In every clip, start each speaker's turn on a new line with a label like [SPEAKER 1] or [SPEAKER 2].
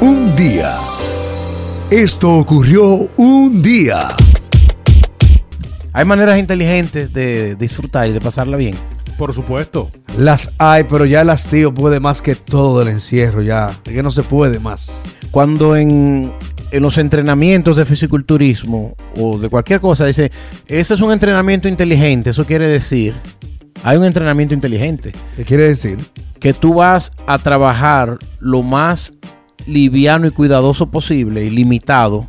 [SPEAKER 1] Un día. Esto ocurrió un día.
[SPEAKER 2] Hay maneras inteligentes de disfrutar y de pasarla bien.
[SPEAKER 3] Por supuesto.
[SPEAKER 4] Las hay, pero ya el hastío puede más que todo el encierro, ya. Es que no se puede más.
[SPEAKER 2] Cuando en, en los entrenamientos de fisiculturismo o de cualquier cosa dice, ese es un entrenamiento inteligente, eso quiere decir, hay un entrenamiento inteligente,
[SPEAKER 4] ¿Qué quiere decir?
[SPEAKER 2] que tú vas a trabajar lo más liviano y cuidadoso posible y limitado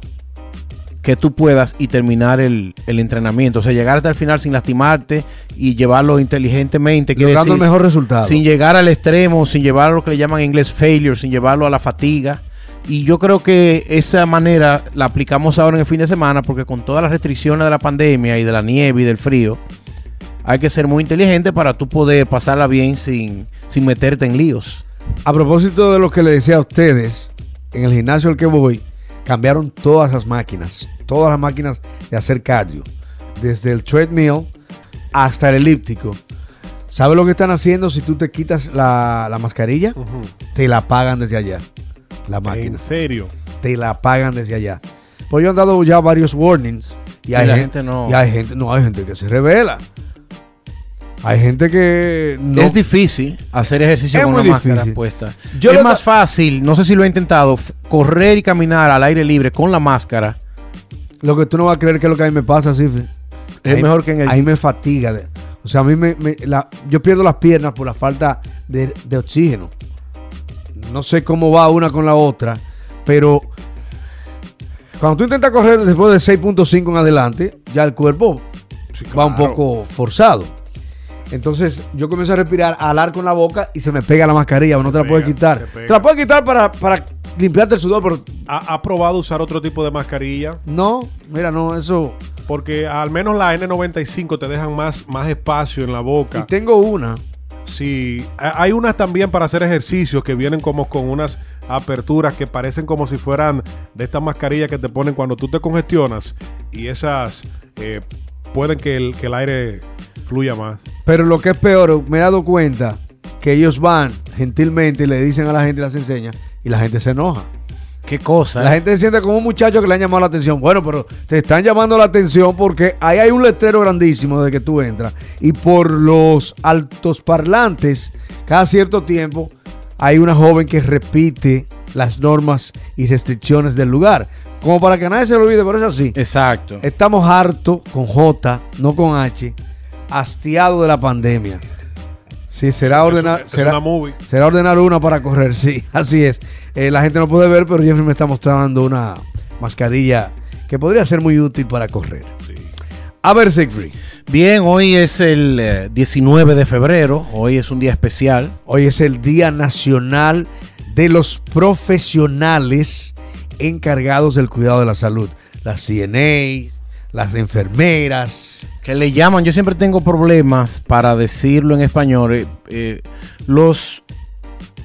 [SPEAKER 2] que tú puedas y terminar el, el entrenamiento, o sea, llegar hasta el final sin lastimarte y llevarlo inteligentemente, quiere
[SPEAKER 4] Logrando el
[SPEAKER 2] decir,
[SPEAKER 4] mejor resultado.
[SPEAKER 2] sin llegar al extremo, sin llevar lo que le llaman en inglés failure, sin llevarlo a la fatiga. Y yo creo que esa manera la aplicamos ahora en el fin de semana porque con todas las restricciones de la pandemia y de la nieve y del frío, hay que ser muy inteligente para tú poder pasarla bien sin, sin meterte en líos.
[SPEAKER 4] A propósito de lo que le decía a ustedes, en el gimnasio al que voy, cambiaron todas las máquinas, todas las máquinas de hacer cardio, desde el treadmill hasta el elíptico. ¿Sabes lo que están haciendo si tú te quitas la, la mascarilla? Te la pagan desde allá. La máquina.
[SPEAKER 3] En serio.
[SPEAKER 4] Te la pagan desde allá. Pues yo han dado ya varios warnings. Y,
[SPEAKER 2] Y
[SPEAKER 4] hay
[SPEAKER 2] la
[SPEAKER 4] gen-
[SPEAKER 2] gente no-
[SPEAKER 4] Y hay gente, no, hay gente que se revela. Hay gente que no.
[SPEAKER 2] Es difícil hacer ejercicio
[SPEAKER 4] Es
[SPEAKER 2] con
[SPEAKER 4] muy
[SPEAKER 2] una máscara
[SPEAKER 4] difícil.
[SPEAKER 2] puesta.
[SPEAKER 4] Yo
[SPEAKER 2] es
[SPEAKER 4] lo-
[SPEAKER 2] más fácil, no sé si lo he intentado, f- correr y caminar al aire libre con la máscara.
[SPEAKER 4] Lo que tú no vas a creer que es lo que a mí me pasa, sí.
[SPEAKER 2] Es mejor que en el-
[SPEAKER 4] Ahí me fatiga. de- o sea, a mí me, me- la- yo pierdo las piernas por la falta de, de oxígeno. No sé cómo va una con la otra, pero cuando tú intentas correr después de 6.5 en adelante, ya el cuerpo va un poco forzado. Entonces yo comienzo a respirar, a alar con la boca y se me pega la mascarilla, o no te la
[SPEAKER 3] pega,
[SPEAKER 4] puedes quitar.
[SPEAKER 3] se pega.
[SPEAKER 4] Te la puedes quitar para, para limpiarte el sudor, pero
[SPEAKER 3] ¿Ha, ha probado usar otro tipo de mascarilla?
[SPEAKER 4] no, mira, no, eso...
[SPEAKER 3] Porque al menos la N95 te dejan más, más espacio en la
[SPEAKER 4] Y
[SPEAKER 3] boca.
[SPEAKER 4] tengo una.
[SPEAKER 3] Sí, ha- hay unas también para hacer ejercicios que vienen como con unas aperturas que parecen como si fueran de estas mascarillas que te ponen cuando tú te congestionas y esas eh, pueden que el, que el aire fluya más.
[SPEAKER 4] Pero lo que es peor, me he dado cuenta que ellos van gentilmente y le dicen a la gente y las enseñan y la gente se enoja.
[SPEAKER 2] Qué cosa.
[SPEAKER 4] La
[SPEAKER 2] ¿eh?
[SPEAKER 4] gente se siente como un muchacho que le han llamado la atención. Bueno, pero te están llamando la atención porque ahí hay un letrero grandísimo de que tú entras y por los altos parlantes, cada cierto tiempo hay una joven que repite las normas y restricciones del lugar. Como para que nadie se lo olvide, pero es así.
[SPEAKER 2] Exacto.
[SPEAKER 4] Estamos harto con J, no con H, hastiado de la pandemia. Sí, será ordenar,
[SPEAKER 3] es
[SPEAKER 4] será,
[SPEAKER 3] una movie.
[SPEAKER 4] será ordenar una para correr, sí, así es. Eh, la gente no puede ver, pero Jeffrey me está mostrando una mascarilla que podría ser muy útil para correr. A ver, Siegfried,
[SPEAKER 2] Bien, hoy es el eh, 19 de febrero, hoy es un día especial.
[SPEAKER 4] hoy es el Día Nacional de los Profesionales encargados del cuidado de la salud. Las CNAs, las enfermeras.
[SPEAKER 2] Que le llaman, yo siempre tengo problemas para decirlo en español. eh, eh, los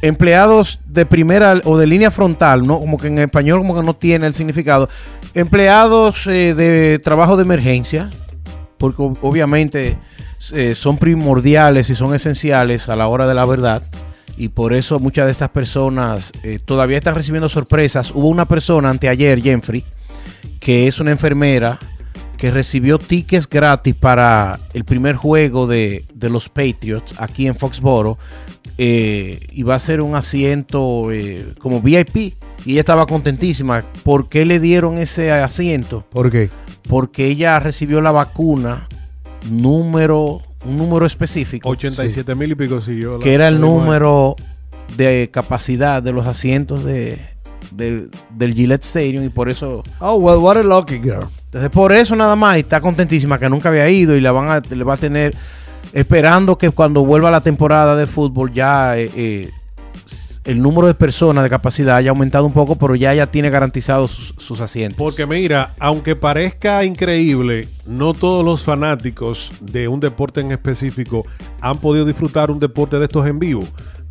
[SPEAKER 2] empleados de primera o de línea frontal, ¿no? Como que en español como que no tiene el significado. Empleados eh, de trabajo de emergencia, porque ob- obviamente eh, son primordiales y son esenciales a la hora de la verdad. Y por eso muchas de estas personas eh, todavía están recibiendo sorpresas. Hubo una persona anteayer, Jeffrey, que es una enfermera que recibió tickets gratis para el primer juego de, de los Patriots aquí en Foxboro. eh, y va a ser un asiento eh, como VIP. Y ella estaba contentísima. ¿Por qué le dieron ese asiento?
[SPEAKER 4] ¿Por qué?
[SPEAKER 2] porque ella recibió la vacuna número, un número específico,
[SPEAKER 3] 87 mil y pico siguió. la-
[SPEAKER 2] que era el
[SPEAKER 3] muy bueno.
[SPEAKER 2] número de capacidad de los asientos de, del- del Gillette Stadium y por eso,
[SPEAKER 4] Oh, well, what a lucky girl.
[SPEAKER 2] entonces por eso nada más y está contentísima que nunca había ido y la van a, le va a tener esperando que cuando vuelva la temporada de fútbol ya eh, eh, s- el número de personas de capacidad haya aumentado un poco, pero ya ella tiene garantizados sus, sus asientos.
[SPEAKER 3] Porque mira, aunque parezca increíble, no todos los fanáticos de un deporte en específico han podido disfrutar un deporte de estos en vivo.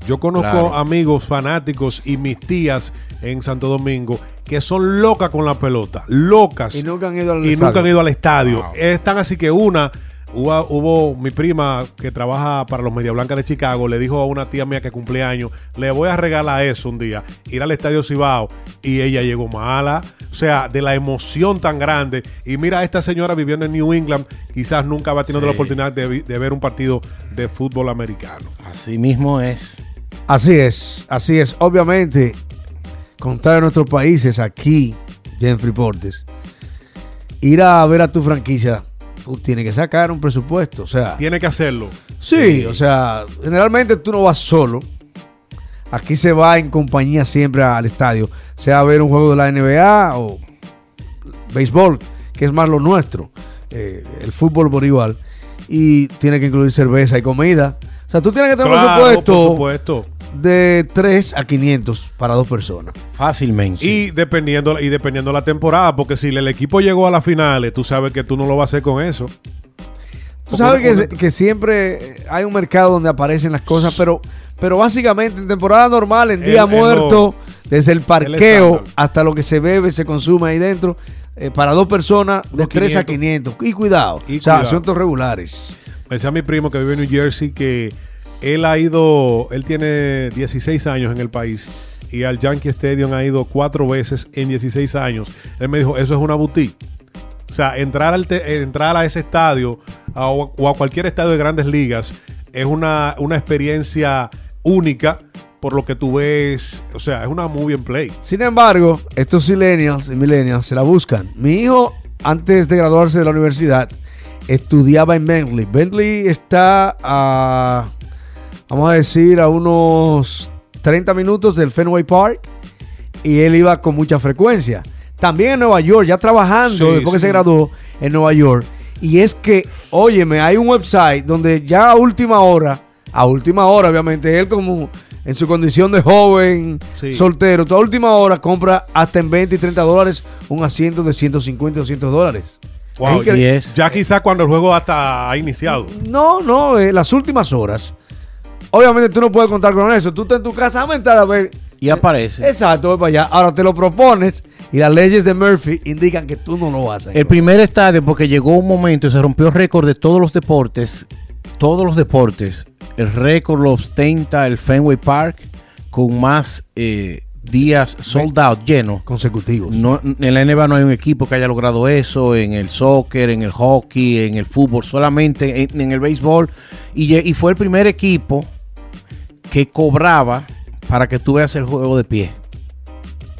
[SPEAKER 3] Yo conozco
[SPEAKER 2] Claro.
[SPEAKER 3] amigos fanáticos y mis tías en Santo Domingo que son locas con la pelota, locas.
[SPEAKER 4] Y nunca han ido al
[SPEAKER 3] Y
[SPEAKER 4] estadio.
[SPEAKER 3] nunca han ido al estadio. Están así que una Hubo, hubo mi prima que trabaja para los Media Blancas de Chicago, le dijo a una tía mía que cumplía años, le voy a regalar eso un día, ir al Estadio Cibao. Y ella llegó mala, o sea, de la emoción tan grande. Y mira a esta señora viviendo en New England, quizás nunca va teniendo la oportunidad de, vi- de ver un partido de fútbol americano.
[SPEAKER 2] Así mismo es.
[SPEAKER 4] Así es, así es. Obviamente, contrario a nuestros países, aquí, Jeffrey Portes, ir a ver a tu franquicia, tú tienes que sacar un presupuesto. O sea,
[SPEAKER 3] Tiene que hacerlo.
[SPEAKER 4] sí, o sea, generalmente tú no vas solo. Aquí se va en compañía siempre al estadio, sea a ver un juego de la NBA o béisbol, que es más lo nuestro, eh, el fútbol por igual. Y tiene que incluir cerveza y comida. O sea, tú tienes que tener
[SPEAKER 3] Claro,
[SPEAKER 4] un presupuesto
[SPEAKER 3] por supuesto.
[SPEAKER 4] de 3 a 500 para dos personas.
[SPEAKER 2] Fácilmente.
[SPEAKER 3] Y dependiendo y dependiendo la temporada, porque si el equipo llegó a las finales, tú sabes que tú no lo vas a hacer con eso.
[SPEAKER 4] Tú sabes que, se- que siempre eh, hay un mercado donde aparecen las cosas, pero, pero básicamente en temporada normal, en
[SPEAKER 3] El-
[SPEAKER 4] día
[SPEAKER 3] el
[SPEAKER 4] muerto, desde el parqueo
[SPEAKER 3] estándar.
[SPEAKER 4] hasta lo que se bebe, se consume ahí dentro, eh, para dos personas de
[SPEAKER 3] Unos
[SPEAKER 4] 3 a 500. Y cuidado,
[SPEAKER 3] Y
[SPEAKER 4] o sea,
[SPEAKER 3] cuidado.
[SPEAKER 4] asuntos regulares.
[SPEAKER 3] Me decía mi primo que vive en New Jersey que él ha ido, él tiene 16 años en el país y al Yankee Stadium ha ido cuatro veces en 16 años. Él me dijo, eso es una boutique. O sea, entrar, al te- entrar a ese estadio a- o a cualquier estadio de grandes ligas es una, una experiencia única por lo que tú ves. O sea, es una muy bien play.
[SPEAKER 4] Sin embargo, estos millennials y millennials se la buscan. Mi hijo, antes de graduarse de la universidad, estudiaba en Bentley. Bentley está a, vamos a decir, a unos 30 minutos del Fenway Park y él iba con mucha frecuencia. También en Nueva York, ya trabajando
[SPEAKER 3] Sí,
[SPEAKER 4] después que
[SPEAKER 3] sí.
[SPEAKER 4] se graduó en Nueva York. Y es que, óyeme, hay un website donde ya a última hora, a última hora obviamente, él como en su condición de joven,
[SPEAKER 3] Sí.
[SPEAKER 4] soltero, tú a última hora compra hasta en 20 y 30 dólares un asiento de 150, 200 dólares.
[SPEAKER 3] Wow,
[SPEAKER 4] Es que-
[SPEAKER 2] sí es.
[SPEAKER 3] Ya quizás cuando el juego hasta ha iniciado.
[SPEAKER 4] No, no, eh, las últimas horas. Obviamente tú no puedes contar con eso. Tú estás en tu casa, vamos a entrar a ver.
[SPEAKER 2] Y aparece.
[SPEAKER 4] Exacto, voy para allá. Ahora te lo propones y las leyes de Murphy indican que tú no lo vas a hacer.
[SPEAKER 2] El primer estadio, porque llegó un momento y se rompió el récord de todos los deportes. Todos los deportes. El récord lo ostenta el Fenway Park con más eh, días sold out, lleno.
[SPEAKER 4] consecutivos.
[SPEAKER 2] No, en la NBA no hay un equipo que haya logrado eso, en el soccer, en el hockey, en el fútbol, solamente en, en el béisbol. Y, lle- y fue el primer equipo que cobraba para que tú veas el juego de pie.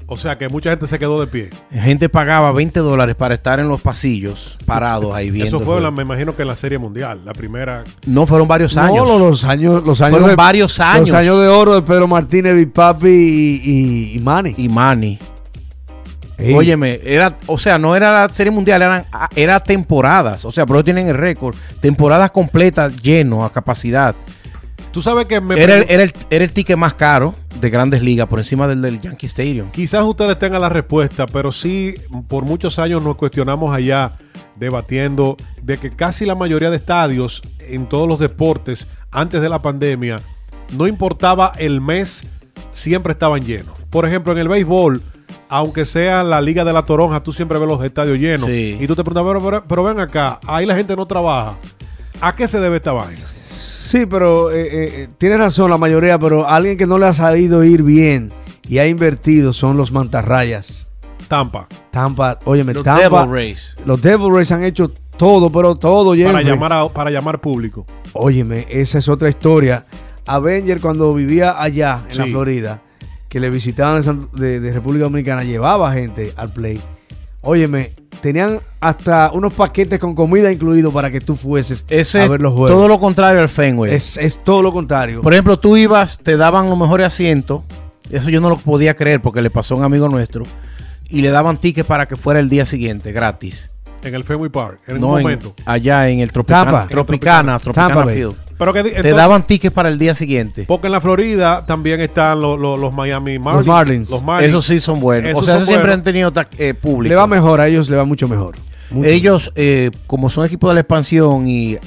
[SPEAKER 3] O sea que mucha gente se quedó de pie.
[SPEAKER 2] Gente pagaba 20 dólares para estar en los pasillos parados ahí viendo.
[SPEAKER 3] Eso
[SPEAKER 2] el
[SPEAKER 3] fue,
[SPEAKER 2] juego.
[SPEAKER 3] la- me imagino que en la Serie Mundial, la primera.
[SPEAKER 2] No, fueron varios años.
[SPEAKER 4] No, los años, los años
[SPEAKER 2] Fueron varios años.
[SPEAKER 4] Los años de oro de Pedro Martínez, Big Papi y, y, y Manny.
[SPEAKER 2] Y Manny.
[SPEAKER 4] Ey.
[SPEAKER 2] Óyeme, era, o sea, no era la serie mundial, eran era temporadas. O sea, pero tienen el récord. Temporadas completas lleno a capacidad.
[SPEAKER 3] Tú sabes que me
[SPEAKER 2] Era el,
[SPEAKER 3] pregun-
[SPEAKER 2] era, el, era el ticket más caro de grandes ligas por encima del del Yankee Stadium.
[SPEAKER 3] Quizás ustedes tengan la respuesta, pero sí, por muchos años nos cuestionamos allá debatiendo de que casi la mayoría de estadios en todos los deportes antes de la pandemia, no importaba el mes, siempre estaban llenos. Por ejemplo, en el béisbol, aunque sea la Liga de la Toronja, tú siempre ves los estadios llenos.
[SPEAKER 2] Sí.
[SPEAKER 3] Y tú te preguntas, pero, pero- pero ven acá, ahí la gente no trabaja. ¿A qué se debe esta vaina?
[SPEAKER 4] Sí, pero eh, eh, eh, tienes razón la mayoría, pero alguien que no le ha sabido ir bien y ha invertido son los mantarrayas.
[SPEAKER 3] Tampa.
[SPEAKER 4] Tampa, óyeme,
[SPEAKER 2] Los
[SPEAKER 4] Tampa.
[SPEAKER 2] Devil Rays.
[SPEAKER 4] Los Devil Rays han hecho todo, pero todo,
[SPEAKER 3] Para
[SPEAKER 4] Jeffrey.
[SPEAKER 3] llamar, a- para llamar público.
[SPEAKER 4] Óyeme, esa es otra historia. Avenger cuando vivía allá en la
[SPEAKER 3] Sí.
[SPEAKER 4] Florida, que le visitaban de, Sant- de- de República Dominicana, llevaba gente al play. Óyeme, tenían hasta unos paquetes con comida incluido para que tú fueses
[SPEAKER 2] Ese
[SPEAKER 4] a
[SPEAKER 2] es
[SPEAKER 4] ver los
[SPEAKER 2] todo
[SPEAKER 4] juegos.
[SPEAKER 2] lo contrario al Fenway.
[SPEAKER 4] es, es todo lo contrario.
[SPEAKER 2] Por ejemplo, tú ibas, te daban los mejores asientos. Eso yo no lo podía creer porque le pasó a un amigo nuestro. Y le daban tickets para que fuera el día siguiente, gratis.
[SPEAKER 3] En el Fenway Park, en
[SPEAKER 2] no
[SPEAKER 3] un
[SPEAKER 2] en-
[SPEAKER 3] momento.
[SPEAKER 2] allá en el Tropicana,
[SPEAKER 4] Tampa.
[SPEAKER 2] Tropicana, Tropicana,
[SPEAKER 4] Tampa Bay.
[SPEAKER 2] Field.
[SPEAKER 3] Pero que, di-
[SPEAKER 2] te
[SPEAKER 3] entonces-
[SPEAKER 2] daban tickets para el día siguiente.
[SPEAKER 3] Porque en la Florida también están los, los- los Miami Marlins.
[SPEAKER 4] Los Marlins.
[SPEAKER 3] Marlins.
[SPEAKER 2] Esos sí son buenos.
[SPEAKER 3] Esos
[SPEAKER 2] o sea,
[SPEAKER 3] son
[SPEAKER 2] esos siempre
[SPEAKER 3] buenos.
[SPEAKER 2] han tenido ta- eh, público.
[SPEAKER 4] le va mejor, a ellos le va mucho mejor. Mucho
[SPEAKER 2] Ellos, eh, como son equipos de la expansión y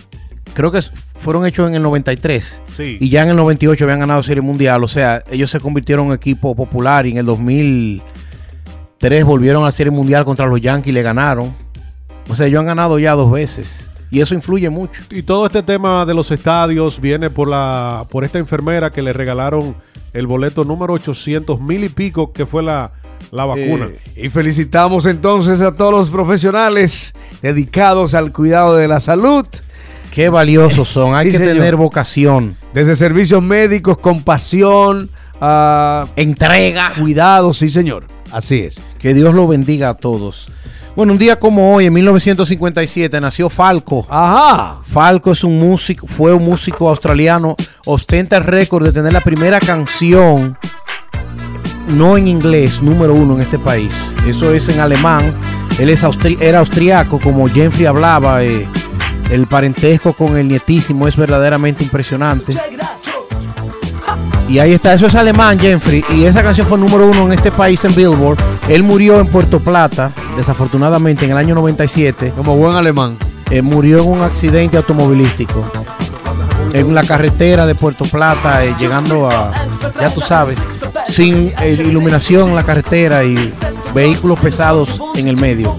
[SPEAKER 2] creo que s- fueron hechos en el 93
[SPEAKER 3] Sí.
[SPEAKER 2] y ya en el 98 habían ganado Serie Mundial, o sea, ellos se convirtieron en equipo popular y en el 2003 volvieron a Serie Mundial contra los Yankees y le ganaron. O sea, ellos han ganado ya dos veces. Y eso influye mucho.
[SPEAKER 3] Y todo este tema de los estadios viene por la por esta enfermera que le regalaron el boleto número 800 mil y pico, que fue la, la vacuna.
[SPEAKER 2] Eh,
[SPEAKER 4] Y felicitamos entonces a todos los profesionales dedicados al cuidado de la salud,
[SPEAKER 2] Qué valiosos son. Hay
[SPEAKER 4] Sí,
[SPEAKER 2] que
[SPEAKER 4] señor.
[SPEAKER 2] tener vocación,
[SPEAKER 4] desde servicios médicos, compasión, a
[SPEAKER 2] entrega.
[SPEAKER 4] cuidado, sí señor. Así es.
[SPEAKER 2] Que Dios lo bendiga a todos. Bueno, un día como hoy, en 1957, nació Falco.
[SPEAKER 4] Ajá.
[SPEAKER 2] Falco es un músico, fue un músico australiano, ostenta el récord de tener la primera canción, no en inglés, número uno en este país. Eso es en alemán. Él es austri- era austriaco, como Jeffrey hablaba, eh, el parentesco con el nietísimo es verdaderamente impresionante. Y ahí está, eso es alemán, Jeffrey. Y esa canción fue número uno en este país en Billboard. Él murió en Puerto Plata, desafortunadamente, en el año 97
[SPEAKER 4] Como buen alemán.
[SPEAKER 2] eh, murió en un accidente automovilístico en la carretera de Puerto Plata, eh, llegando a, ya tú sabes, sin eh, iluminación en la carretera y vehículos pesados en el medio.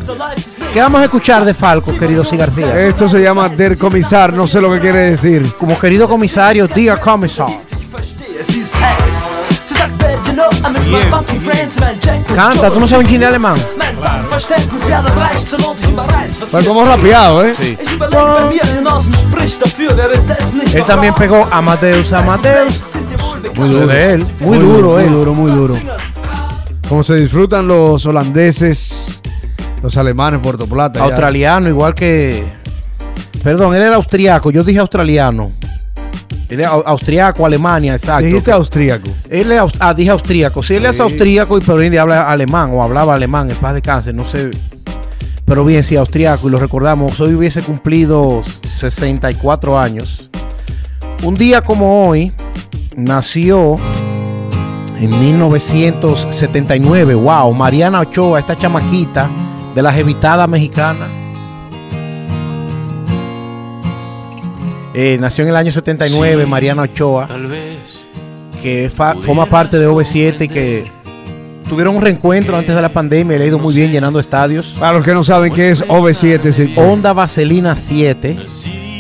[SPEAKER 2] ¿Qué vamos a escuchar de Falco, querido C. García?
[SPEAKER 4] Esto se llama dercomisar, no sé lo que quiere decir.
[SPEAKER 2] Como querido comisario, diga comisar. Canta, tú no sabes un chino alemán.
[SPEAKER 4] Pero como rapeado, ¿eh?
[SPEAKER 2] Él también pegó Amadeus Amadeus. Muy duro de él, muy duro, eh.
[SPEAKER 4] muy
[SPEAKER 2] él.
[SPEAKER 4] duro, muy duro. Como se disfrutan los holandeses, los alemanes, Puerto Plata. ya.
[SPEAKER 2] Australiano, igual que. Perdón, él era austriaco, yo dije australiano. Él era au- austriaco, Alemania, exacto.
[SPEAKER 4] Dijiste austríaco.
[SPEAKER 2] Él es aus- ah, dije austríaco. Sí, él es austríaco y pero él habla alemán o hablaba alemán, en paz de cáncer, no sé. Pero bien, sí, austríaco, y lo recordamos, hoy hubiese cumplido 64 años. Un día como hoy, nació en 1979, wow, Mariana Ochoa, esta chamaquita de la jevitada mexicana. Eh, nació en el año 79, Mariana Ochoa
[SPEAKER 5] Tal vez.
[SPEAKER 2] que fa- forma parte de OV7 y que tuvieron un reencuentro antes de la pandemia y le ha ido muy bien llenando estadios.
[SPEAKER 4] Para los que no saben qué es OV7, sí.
[SPEAKER 2] Onda Vaselina 7,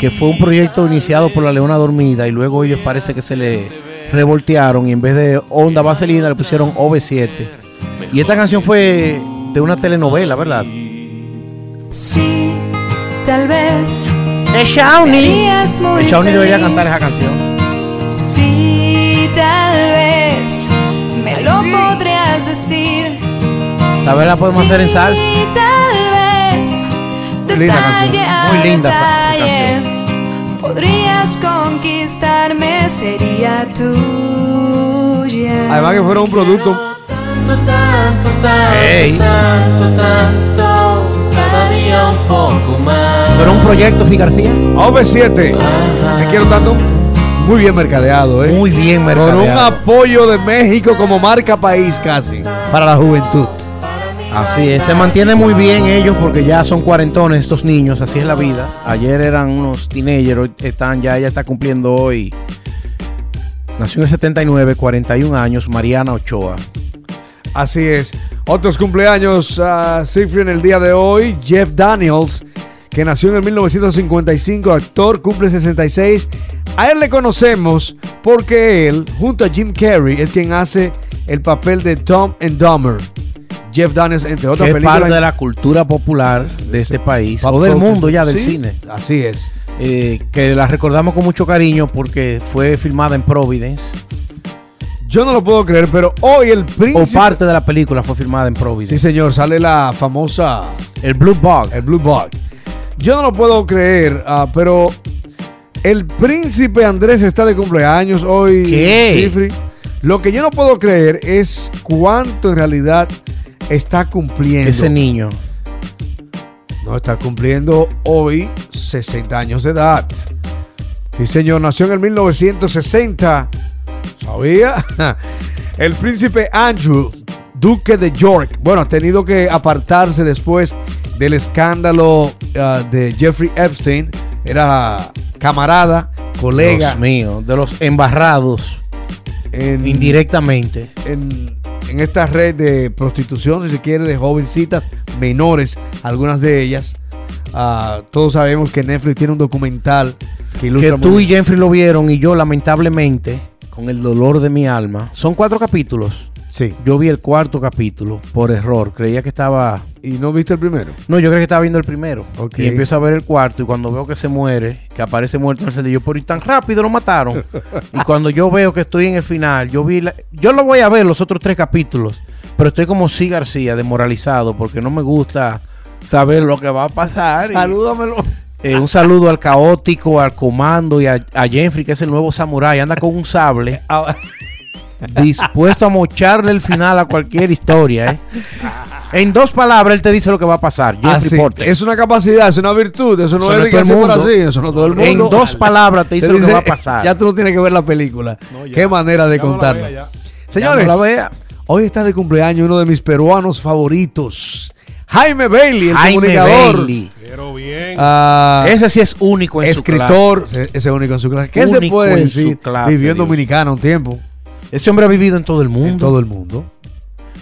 [SPEAKER 2] que fue un proyecto iniciado por la Leona Dormida y luego ellos parece que se le revoltearon y en vez de Onda Vaselina le pusieron OV7. Y esta canción fue de una telenovela, ¿verdad?
[SPEAKER 6] Sí, tal vez.
[SPEAKER 2] De Shawnee.
[SPEAKER 6] estarías muy
[SPEAKER 2] De Shawnee debería
[SPEAKER 6] feliz.
[SPEAKER 2] cantar esa canción.
[SPEAKER 6] Sí, tal vez. Me lo podrías decir.
[SPEAKER 2] Tal vez la podemos hacer en salsa.
[SPEAKER 6] Sí, tal vez.
[SPEAKER 4] Linda
[SPEAKER 6] detalle
[SPEAKER 4] canción,
[SPEAKER 6] a
[SPEAKER 2] muy linda esa
[SPEAKER 6] detalle, Podrías conquistarme, sería tuya.
[SPEAKER 4] Además que fueron un producto.
[SPEAKER 5] Tanto, tanto, tanto,
[SPEAKER 2] Ey.
[SPEAKER 5] tanto, tanto. Cada día un poco más.
[SPEAKER 2] Pero un proyecto, Figarcía.
[SPEAKER 4] OV7. Te quiero tanto. Muy bien mercadeado, ¿eh?
[SPEAKER 2] Muy bien,
[SPEAKER 4] Con un
[SPEAKER 2] mercadeado.
[SPEAKER 4] apoyo de México como marca país casi. Para la juventud.
[SPEAKER 2] Así es, se mantiene muy bien ellos porque ya son cuarentones estos niños, así es la vida. Ayer eran unos teenagers, hoy están ya, ella está cumpliendo hoy. Nació en el 79, 41 años, Mariana Ochoa.
[SPEAKER 4] Así es. Otros cumpleaños a Cifre en el día de hoy. Jeff Daniels, que nació en el 1955, actor, cumple 66. A él le conocemos porque él, junto a Jim Carrey, es quien hace el papel de Tom and Dumber. Jeff Daniels, entre otras
[SPEAKER 2] Que es
[SPEAKER 4] películas.
[SPEAKER 2] parte de la cultura popular de este país,
[SPEAKER 4] Pop
[SPEAKER 2] o del
[SPEAKER 4] culture.
[SPEAKER 2] mundo ya del
[SPEAKER 4] Sí,
[SPEAKER 2] cine.
[SPEAKER 4] Así es.
[SPEAKER 2] Eh, que la recordamos con mucho cariño porque fue filmada en Providence,
[SPEAKER 4] Yo no lo puedo creer, pero hoy el
[SPEAKER 2] o
[SPEAKER 4] príncipe.
[SPEAKER 2] parte de la película fue filmada en
[SPEAKER 4] Sí,
[SPEAKER 2] Providence.
[SPEAKER 4] señor, sale la famosa.
[SPEAKER 2] El Blue Bug.
[SPEAKER 4] El Blue Bug. Yo no lo puedo creer, ah, pero el príncipe Andrés está de cumpleaños hoy.
[SPEAKER 2] ¿Qué?
[SPEAKER 4] Cifri. Lo que yo no puedo creer es cuánto en realidad está cumpliendo.
[SPEAKER 2] Ese niño.
[SPEAKER 4] no está cumpliendo hoy 60 años de edad. Sí, señor, nació en el 1960. ¿Sabía? El príncipe Andrew, duque de York. Bueno, ha tenido que apartarse después del escándalo ah, de Jeffrey Epstein. Era camarada, colega.
[SPEAKER 2] Dios
[SPEAKER 4] Mm.
[SPEAKER 2] mío, de los embarrados
[SPEAKER 4] en-
[SPEAKER 2] indirectamente.
[SPEAKER 4] en, en esta red de prostitución, si se quiere, de jovencitas menores, algunas de ellas. ah, todos sabemos que Netflix tiene un documental que ilustra
[SPEAKER 2] que
[SPEAKER 4] muy
[SPEAKER 2] tú
[SPEAKER 4] bien.
[SPEAKER 2] y Jeffrey lo vieron y yo lamentablemente, con el dolor de mi alma, son cuatro capítulos.
[SPEAKER 4] Sí.
[SPEAKER 2] Yo vi el cuarto capítulo por error, creía que estaba...
[SPEAKER 4] ¿Y no viste el primero?
[SPEAKER 2] No, yo creía que estaba viendo el primero.
[SPEAKER 4] Ok.
[SPEAKER 2] Y empiezo a ver el cuarto y cuando veo que se muere, que aparece muerto en el celular, yo, pero ¿y tan rápido lo mataron. y cuando yo veo que estoy en el final, yo vi... la- Yo lo voy a ver los otros tres capítulos, pero estoy como sí García, demoralizado, porque no me gusta saber lo que va a pasar. y-
[SPEAKER 4] Salúdamelo.
[SPEAKER 2] Eh, un saludo al caótico, al comando y a, a Jeffrey, que es el nuevo samurái. Anda con un sable,
[SPEAKER 4] Ah.
[SPEAKER 2] dispuesto a mocharle el final a cualquier historia. ¿eh? En dos palabras, él te dice lo que va a pasar. Jeffrey
[SPEAKER 4] Así,
[SPEAKER 2] Porter.
[SPEAKER 4] Ah, es una capacidad, es una virtud, eso no
[SPEAKER 2] Eso
[SPEAKER 4] es
[SPEAKER 2] no
[SPEAKER 4] de que
[SPEAKER 2] todo el
[SPEAKER 4] así por
[SPEAKER 2] mundo.
[SPEAKER 4] así, eso no todo el mundo.
[SPEAKER 2] en dos palabras te dice, lo que va a pasar.
[SPEAKER 4] Ya tú no tienes que ver la película.
[SPEAKER 3] No, ya.
[SPEAKER 4] Qué manera de
[SPEAKER 3] Ya no la
[SPEAKER 4] contarlo.
[SPEAKER 3] vea, ya.
[SPEAKER 4] Señores,
[SPEAKER 2] Ya no la vea.
[SPEAKER 4] hoy está de cumpleaños uno de mis peruanos favoritos, Jaime Bailey, el
[SPEAKER 2] Jaime
[SPEAKER 4] comunicador.
[SPEAKER 2] Bailey.
[SPEAKER 3] Pero bien.
[SPEAKER 4] Ah,
[SPEAKER 2] Ese sí es único en su
[SPEAKER 4] escritor, ese- ese único en su clase. ¿Qué se
[SPEAKER 2] Único
[SPEAKER 4] puede
[SPEAKER 2] en su
[SPEAKER 4] decir?
[SPEAKER 2] clase,
[SPEAKER 4] Vivió en
[SPEAKER 2] Dios.
[SPEAKER 4] Dominicana un tiempo,
[SPEAKER 2] clase. Ese hombre ha vivido en todo el mundo.
[SPEAKER 4] en todo el mundo.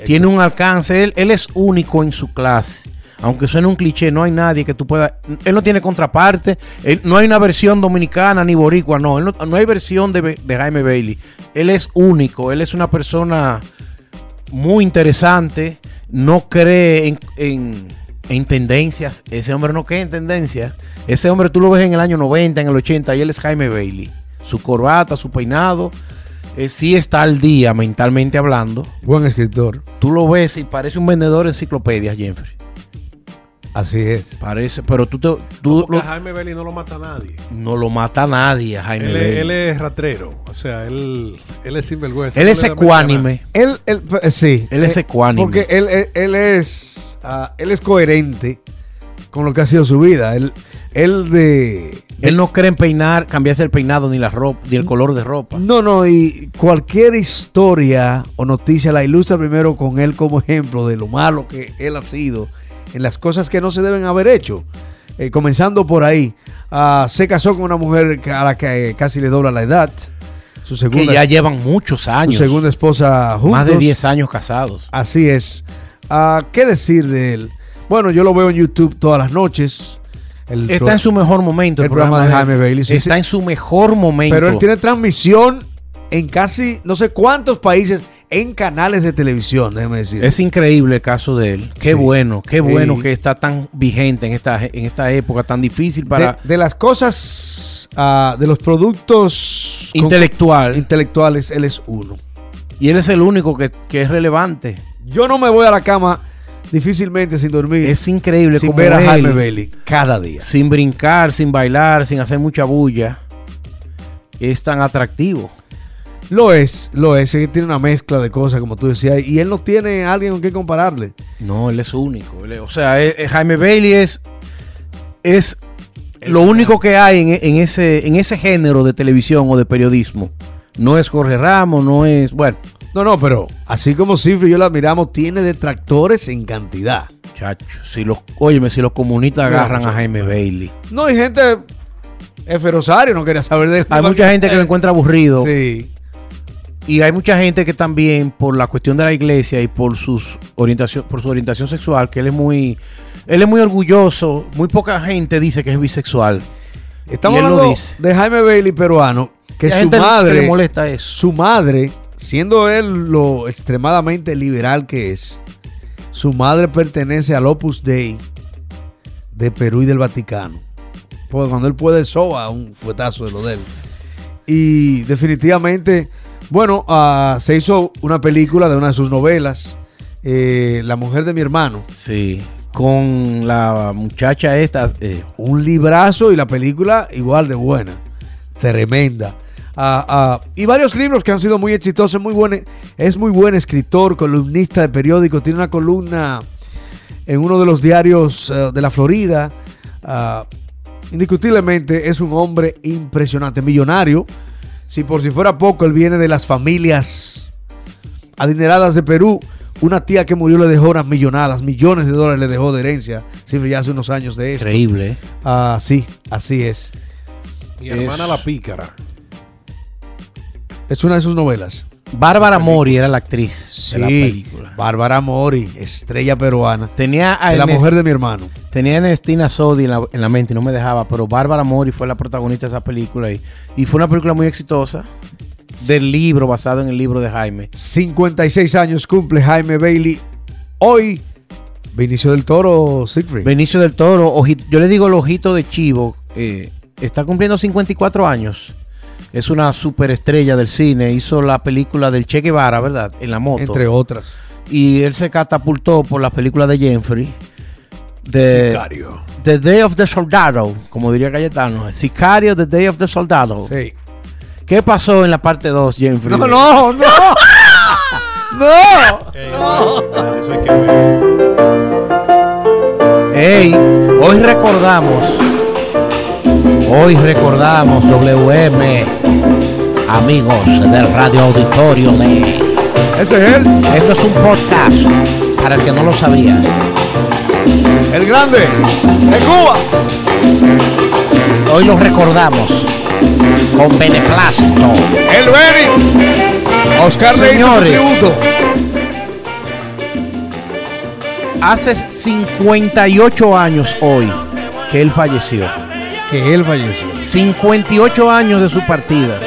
[SPEAKER 2] Tiene un alcance. Él, él es único en su clase. Aunque suene un cliché, no hay nadie que tú puedas. Él no tiene contraparte. Él, no hay una versión dominicana ni boricua. No, él no, no hay versión de, Be- de Jaime Bailey. Él es único. Él es una persona muy interesante. No cree en, en- en tendencias. Ese hombre no cree en tendencias. Ese hombre tú lo ves en el año 90, en el 80. Y él es Jaime Bailey. Su corbata, su peinado. eh, sí está al día mentalmente hablando.
[SPEAKER 4] Buen escritor,
[SPEAKER 2] Tú lo ves y parece un vendedor de enciclopedias, Jeffrey.
[SPEAKER 4] así es.
[SPEAKER 2] Parece, pero tú, te- tú
[SPEAKER 3] Porque
[SPEAKER 2] lo-
[SPEAKER 3] a Jaime Bailey no lo mata nadie.
[SPEAKER 2] no lo mata nadie, Jaime.
[SPEAKER 3] Él, es-
[SPEAKER 2] Bailey.
[SPEAKER 3] él
[SPEAKER 2] Él,
[SPEAKER 3] es ratrero. O sea, él, él es sinvergüenza.
[SPEAKER 2] es ecuánime.
[SPEAKER 4] Él, él, eh, sí.
[SPEAKER 2] Él es
[SPEAKER 4] Eh,
[SPEAKER 2] ecuánime.
[SPEAKER 4] Porque él, él- él es, ah, él es coherente con lo que ha sido su vida. Él, él de...
[SPEAKER 2] Él no cree en peinar, cambiarse el peinado ni la ropa, ni el color de ropa.
[SPEAKER 4] No, no, y cualquier historia o noticia la ilustra primero con él como ejemplo de lo malo que él ha sido, en las cosas que no se deben haber hecho. Eh, comenzando por ahí, ah, se casó con una mujer que- a la que eh, casi le dobla la edad. Su
[SPEAKER 2] Que
[SPEAKER 4] segunda,
[SPEAKER 2] ya llevan muchos
[SPEAKER 4] su
[SPEAKER 2] años.
[SPEAKER 4] segunda esposa juntos.
[SPEAKER 2] más de 10 años casados.
[SPEAKER 4] Así es. Ah, ¿Qué decir de él? Bueno, yo lo veo en YouTube todas las noches. El
[SPEAKER 2] Está
[SPEAKER 4] pro-
[SPEAKER 2] en su mejor momento.
[SPEAKER 4] El programa de Jaime
[SPEAKER 2] él.
[SPEAKER 4] Bailey, sí,
[SPEAKER 2] está
[SPEAKER 4] sí.
[SPEAKER 2] en su mejor momento.
[SPEAKER 4] Pero él tiene transmisión en casi no sé cuántos países en canales de televisión, déjeme decir.
[SPEAKER 2] Es increíble el caso de él. Qué
[SPEAKER 4] Sí.
[SPEAKER 2] bueno, qué bueno
[SPEAKER 4] Sí.
[SPEAKER 2] que está tan vigente en esta, en esta época tan difícil para
[SPEAKER 4] de, de las cosas, ah, de los productos con-
[SPEAKER 2] intelectual.
[SPEAKER 4] intelectuales, él es uno.
[SPEAKER 2] Y él es el único que, que es relevante.
[SPEAKER 4] Yo no me voy a la cama difícilmente sin dormir,
[SPEAKER 2] Es increíble
[SPEAKER 4] sin
[SPEAKER 2] como
[SPEAKER 4] ver a
[SPEAKER 2] él,
[SPEAKER 4] Jaime Bailey cada día.
[SPEAKER 2] sin brincar, sin bailar, sin hacer mucha bulla, es tan atractivo.
[SPEAKER 4] Lo es, lo es, él tiene una mezcla de cosas, como tú decías, y él no tiene a alguien con quien compararle.
[SPEAKER 2] No, él es único. Él es- o sea, es- es- Jaime Bailey es, es lo único que hay en, en ese, en ese género de televisión o de periodismo. No es Jorge Ramos, no es... Bueno,
[SPEAKER 4] No, no, pero así como Cifre y yo la admiramos, tiene detractores en cantidad.
[SPEAKER 2] chacho, si los, óyeme, si los comunistas
[SPEAKER 4] No,
[SPEAKER 2] agarran a
[SPEAKER 4] muchacho,
[SPEAKER 2] Jaime Bailey.
[SPEAKER 4] No, hay gente. F. Rosario no quería saber de él.
[SPEAKER 2] Hay mucha gente que lo encuentra aburrido.
[SPEAKER 4] Sí.
[SPEAKER 2] Y hay mucha gente que también por la cuestión de la iglesia y por sus orientación, por su orientación sexual, que él es muy, él es muy orgulloso, muy poca gente dice que es bisexual.
[SPEAKER 4] Estamos
[SPEAKER 2] Y él lo
[SPEAKER 4] hablando
[SPEAKER 2] dice.
[SPEAKER 4] de Jaime Bailey, peruano, que
[SPEAKER 2] Hay
[SPEAKER 4] su
[SPEAKER 2] gente que
[SPEAKER 4] madre.
[SPEAKER 2] le molesta eso.
[SPEAKER 4] Su madre, siendo él lo extremadamente liberal que es, su madre pertenece al Opus Dei de Perú y del Vaticano. Porque cuando él puede, soba un fuetazo de lo de él. Y definitivamente, bueno, ah, se hizo una película de una de sus novelas, eh, La mujer de mi hermano.
[SPEAKER 2] Sí. Con la muchacha esta, eh,
[SPEAKER 4] un librazo y la película igual de buena, tremenda. Ah, ah, y varios libros que han sido muy exitosos, muy buen, es muy buen escritor, columnista de periódico, tiene una columna en uno de los diarios eh, de la Florida. Ah, indiscutiblemente es un hombre impresionante, millonario. Si por si fuera poco, él viene de las familias adineradas de Perú. Una tía que murió le dejó unas millonadas, millones de dólares le dejó de herencia. Sí, ya hace unos años de eso.
[SPEAKER 2] increíble. ¿eh?
[SPEAKER 4] Ah, sí, así es.
[SPEAKER 3] Mi hermana la pícara.
[SPEAKER 4] Es una de sus novelas.
[SPEAKER 2] Bárbara Mori era la actriz de la
[SPEAKER 4] Sí,
[SPEAKER 2] película.
[SPEAKER 4] Bárbara Mori, estrella peruana.
[SPEAKER 2] Tenía a
[SPEAKER 4] de la
[SPEAKER 2] Ernest-
[SPEAKER 4] mujer de mi hermano.
[SPEAKER 2] Tenía a Ernestina Sodi en la, en la mente y no me dejaba, pero Bárbara Mori fue la protagonista de esa película y, y fue una película muy exitosa del libro, basado en el libro de Jaime.
[SPEAKER 4] 56 años cumple Jaime Bailey. Hoy, Vinicio del Toro, Siegfried.
[SPEAKER 2] Benicio del Toro, oji- yo le digo el ojito de Chivo, eh, está cumpliendo 54 años. Es una superestrella del cine, hizo la película del Che Guevara, ¿verdad? En la moto.
[SPEAKER 4] entre otras.
[SPEAKER 2] y él se catapultó por la película de Jeffrey. De
[SPEAKER 3] Sicario.
[SPEAKER 2] The Day of the Soldado, como diría Cayetano. Sicario, The Day of the Soldado.
[SPEAKER 4] Sí.
[SPEAKER 2] ¿Qué pasó en la parte 2, Jeffrey?
[SPEAKER 4] Oh. No, no, no. no.
[SPEAKER 3] Eso hay que ver.
[SPEAKER 2] Ey, hoy recordamos. Hoy recordamos WM, amigos del radio auditorio de.
[SPEAKER 4] Ese es él,
[SPEAKER 2] Esto es un podcast para el que no lo sabía.
[SPEAKER 4] el grande, de Cuba.
[SPEAKER 2] Hoy los recordamos con beneplácito.
[SPEAKER 4] El Benny. Oscar le hizo su
[SPEAKER 2] Señores.
[SPEAKER 4] tributo.
[SPEAKER 2] Hace 58 años hoy que él falleció.
[SPEAKER 4] Que él falleció.
[SPEAKER 2] 58 años de su partida.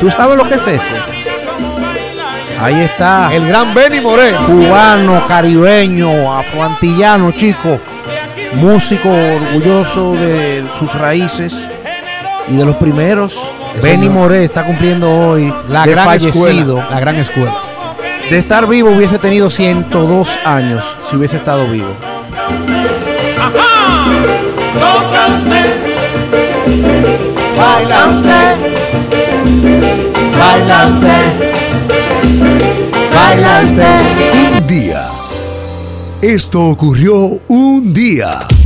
[SPEAKER 2] ¿Tú sabes lo que es eso? Ahí está.
[SPEAKER 4] El gran Benny Moreno.
[SPEAKER 2] cubano, caribeño, afroantillano, chico, músico orgulloso de sus raíces y de los primeros. Benny
[SPEAKER 4] no-
[SPEAKER 2] Moré está cumpliendo hoy
[SPEAKER 4] La
[SPEAKER 2] de
[SPEAKER 4] gran
[SPEAKER 2] fallecido.
[SPEAKER 4] escuela. La gran escuela.
[SPEAKER 2] De estar vivo hubiese tenido 102 años si hubiese estado vivo.
[SPEAKER 5] Baila usted, baila usted, baila usted.
[SPEAKER 1] Un día. Esto ocurrió un día.